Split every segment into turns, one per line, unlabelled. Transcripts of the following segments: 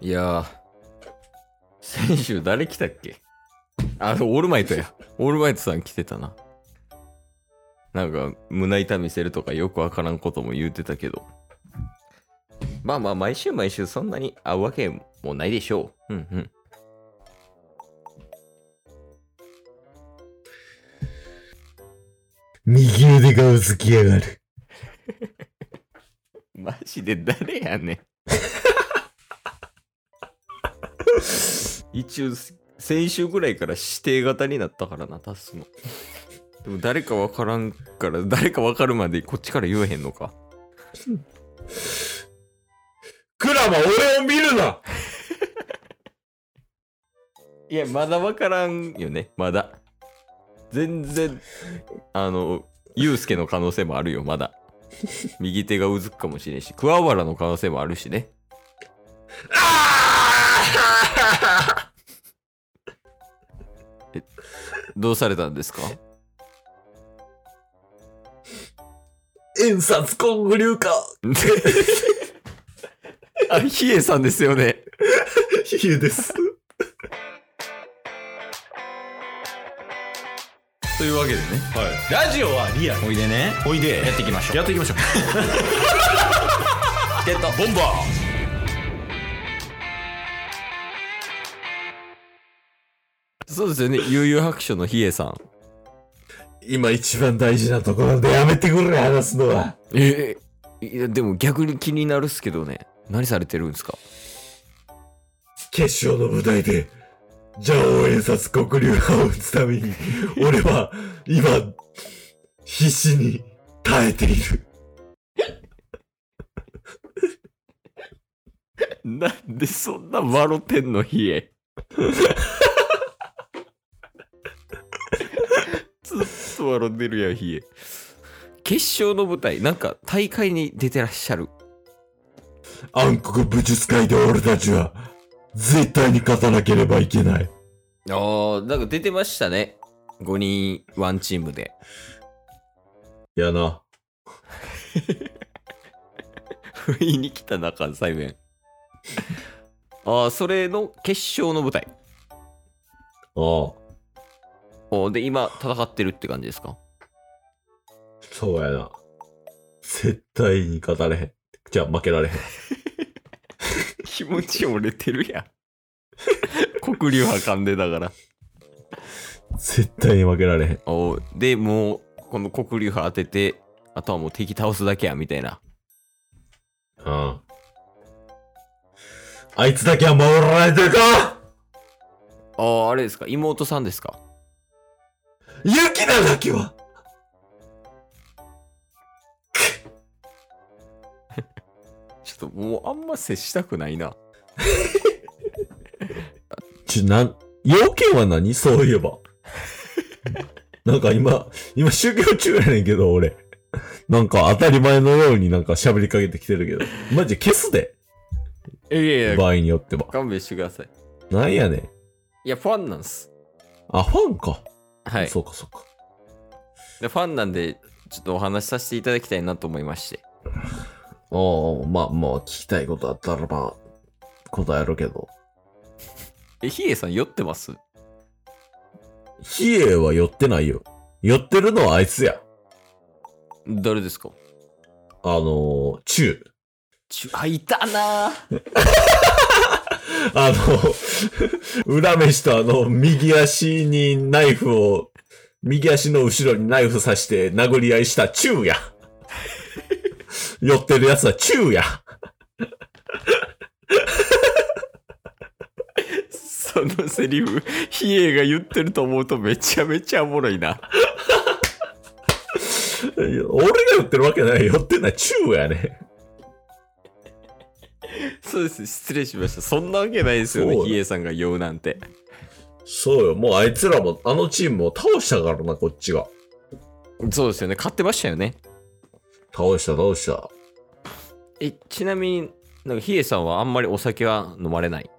いやー、先週誰来たっけあ、そうオールマイトや。オールマイトさん来てたな。なんか、胸痛みせるとかよくわからんことも言うてたけど。まあまあ、毎週毎週そんなに会うわけもないでしょう。うんうん。
右腕がうずきやがる。
マジで誰やねん。一応、先週ぐらいから指定型になったからな、タスの。でも誰かわからんから、誰かわかるまでこっちから言えへんのか。
クラマ、俺を見るない
や、まだわからんよね、まだ。全然、あの、ユうスケの可能性もあるよ、まだ。右手がうずくかもしれんし、桑原の可能性もあるしね。
あ
どうされたんですか
ー円札コング流か。
あ、ヒエさんですよね。
ヒエです。
というわけでね。
はい。ラジオはリアル。
おいでね。
おいで。
やっていきましょう。
ってい きましょう。
ゲット
ボンバ
そうですよね。悠々白書のヒエさん。
ー今一番大事なところでやめてくれ、話すのは。
ええいやでも逆に気になるっすけどね。何されてるんですか
決勝の舞台で、ジャオ演札黒竜派を打つために、俺は今、必死に耐えている。
なんでそんな笑ってんのヒ エ。ずっと笑ってるやんヒエ。決勝の舞台、なんか大会に出てらっしゃる。
暗黒武術界で俺たちは、絶対に勝たなければいけない。
ああ、なんか出てましたね。5人ワンチームで。
やな。
不意に来たな、関西弁。ああ、それの決勝の舞台。
ああ、
おーで、今、戦ってるって感じですか
そうやな。絶対に勝たれへん。じゃあ負けられへん。
気持ち折れてるやん。 黒竜派噛んでだから。
絶対に負けられへん。
おーで、もう、この黒竜派当てて、あとはもう敵倒すだけや、みたいな。
ああ。あいつだけは守られてるか
ああ、あれですか妹さんですか
ユキナだけは
ちょっともう、あんま接したくないな。
ちょ、なん、要件は何そういえば。 なんか今、今修行中やねんけど、俺。なんか当たり前のようになんか喋りかけてきてるけど。マジで消すで。
いやいやいや、
場合によっては。
勘弁してください。
なんやねん。
いや、ファンなんす。
あ、ファンか。
はい。
そうかそうか。
でファンなんで、ちょっとお話しさせていただきたいなと思いまして。
ああ、まあまあ、聞きたいことあったらまあ、答えるけど。
え、ヒエさん酔ってます
比叡は寄ってないよ。寄ってるのはあいつや。
誰ですか
あのー、中。
ちゅあ、いたなー
あの、 裏飯とあの、右足にナイフを、右足の後ろにナイフ刺して殴り合いした中や。寄ってるやつは中や。
そのセリフ、ヒエが言ってると思うとめちゃめちゃおもろいな。
俺が寄ってるわけない。寄ってない中やね。
そうです、失礼しました。そんなわけないですよね
そ、うだ
ヒエさんが酔うなんて。
そうよ。もうあいつらも、あのチームを倒したからな、こっちが。
そうですよね、買ってましたよね。
倒した、倒した。
え、ちなみに、なんかヒエさんはあんまりお酒は飲まれない。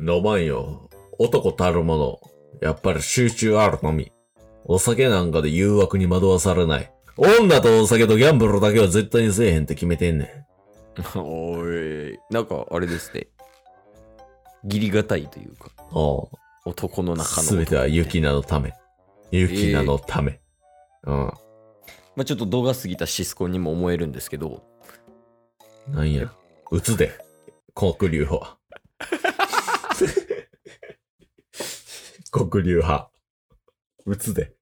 飲まんよ。男たるもの。やっぱり集中あるのみ。お酒なんかで誘惑に惑わされない。女とお酒とギャンブルだけは絶対にせえへんって決めてんねん。
おい、なんかあれですね。義理がたいというか、
お
男の中の。
すべては雪菜のため。雪菜のため。
まあちょっと度が過ぎたシスコにも思えるんですけど、
うん。なんや。うつで。黒竜派。 黒竜派。うつで。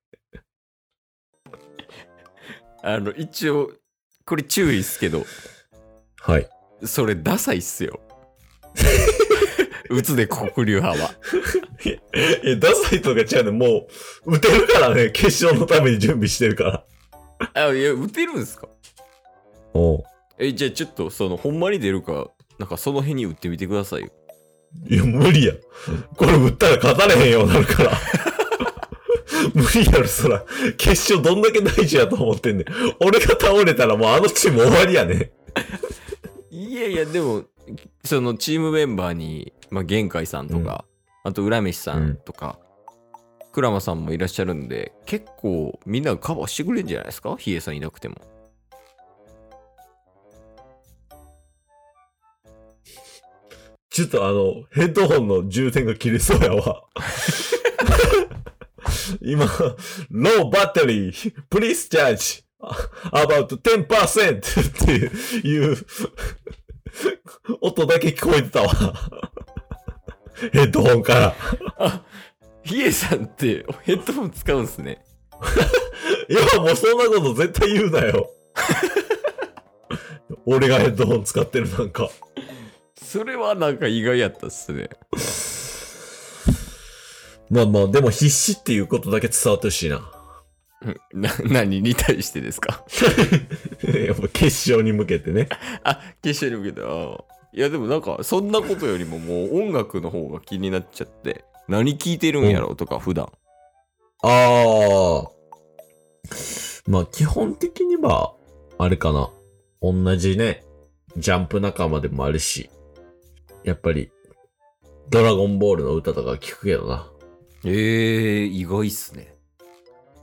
あの、一応、これ注意っすけど、
はい。
それダサいっす よ。うつで黒竜派は。
いや、ダサいとか違うね。もう、打てるからね。決勝のために準備してるから。
あ、いや、打てるんすか
お
え、じゃあちょっと、その、ほんまに出るか、なんかその辺に打ってみてくださいよ。
いや、無理や。これ打ったら勝たれへんようになるから。 無理やろ、そら。決勝どんだけ大事やと思ってんねん。俺が倒れたらもうあのチーム終わりやね。
いやいや、でも、そのチームメンバーに、まあ、玄海さんとか、あと浦飯さんとか、鞍馬さんもいらっしゃるんで、結構みんながカバーしてくれるんじゃないですか比叡さんいなくても。
ちょっとあの、ヘッドホンの充電が切れそうやわ。 今、low battery, please charge about 10%っていう音だけ聞こえてたわ。ヘッドホンから。
比叡さんってヘッドホン使うんすね。
いや、もうそんなこと絶対言うなよ。俺がヘッドホン使ってるなんか。
それはなんか意外やったっすね。
まあまあ、でも必死っていうことだけ伝わってほしいな。
うんな何に対してですか
やっぱ決勝に向けてね。
あ決勝に向けてあーいやでもなんかそんなことよりももう音楽の方が気になっちゃって何聴いてるんやろとか普段
ああ。まあ基本的には、あれかな。同じね、ジャンプ仲間でもあるし、やっぱり、ドラゴンボールの歌とか聞くけどな。
ええ意外っすね。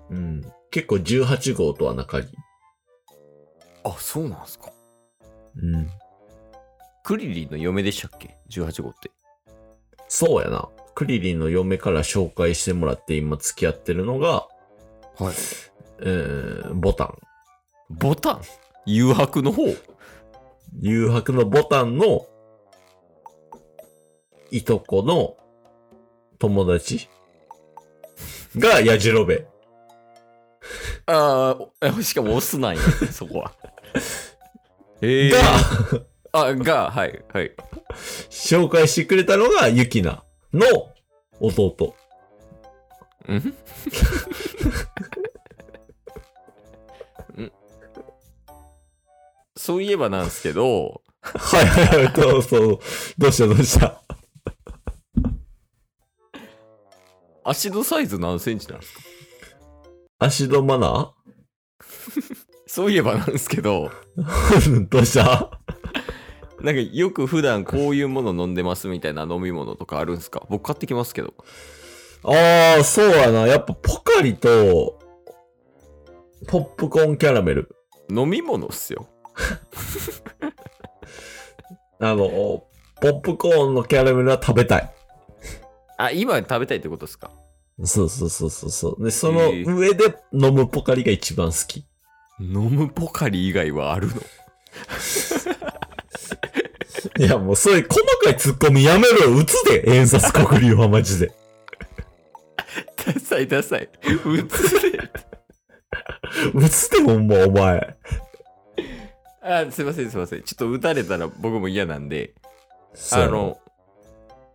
うん。結構18号とは仲いい。
あそうなんすか
うん。
クリリンの嫁でしたっけ ?18 号って。
そうやな。クリリンの嫁から紹介してもらって今付き合ってるのが、
はい。
えー、ボタン。
ボタン誘白の方
誘白のボタンの、いとこの友達が矢じろべ。
ああ、 しかも押すなんや、そこは。 ええ
が、
あ、が、はい、はい。
紹介してくれたのがユキナの弟。
うんそういえばなんですけど、
はいはいはい、どうそう。どうしたどうした。
足のサイズ何センチなんですか
足のマナ
そういえばなんですけど、
ー どうした
なんかよく普段こういうもの飲んでますみたいな飲み物とかあるんですか僕買ってきますけど。
ああ、そうやな。やっぱポカリと、ポップコーンキャラメル。
飲み物っすよ。
あの、ポップコーンのキャラメルは食べたい。
あ、今食べたいってことですか
そうそうそうそうそう。で、その
えー
上で飲むポカリが一番好き。
飲むポカリ以外はあるの
いや、もうそういう細かいツッコミやめろよ。打つで、演殺黒竜はマジで。
ダサいダサい。うつで。
打つで、ほんま、お前。
あ、すいませんすいません。ちょっと打たれたら僕も嫌なんで、
そう
あ、の、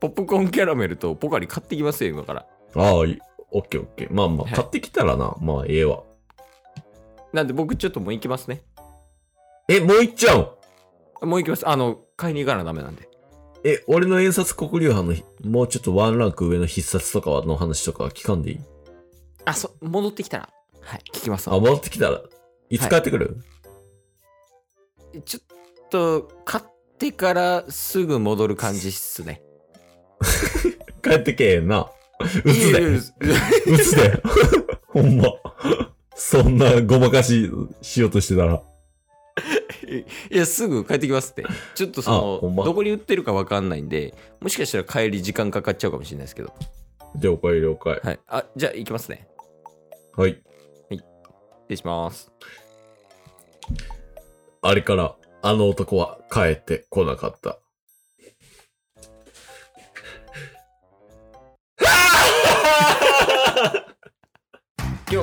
ポップコーンキャラメルとポカリ買ってきますよ、今から。
ああ、いオッケーオッケー。まあま
はい
あ、買ってきたらな。まあ、ええわ。
なんで僕ちょっともう行きますね。
え、もういっちゃうん
もう行きます。あの、買いに行かなダメなんで。
え、俺の演殺黒竜派の、もうちょっとワンランク上の必殺とかの話とかは聞かんでいい
あ、そ、戻ってきたら。はい、聞きます
あ、
わ。
戻ってきたら、いつ帰ってくる、
ちょっと、買ってからすぐ戻る感じっすね。
帰ってけえへんな。打つで。
いやいや
うつで。 ほんま。そんなごまかししようとしてたら。
いや、すぐ帰ってきますって。ちょっと
あほ
そ
ん
の、
ま
どこに売ってるかわかんないんで、もしかしたら帰り時間かかっちゃうかもしれないですけど。
了解了解。
はい。あ、じゃあ行きますね。
はい。
失礼します。
あれから、あの男は帰ってこなかった。
今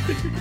す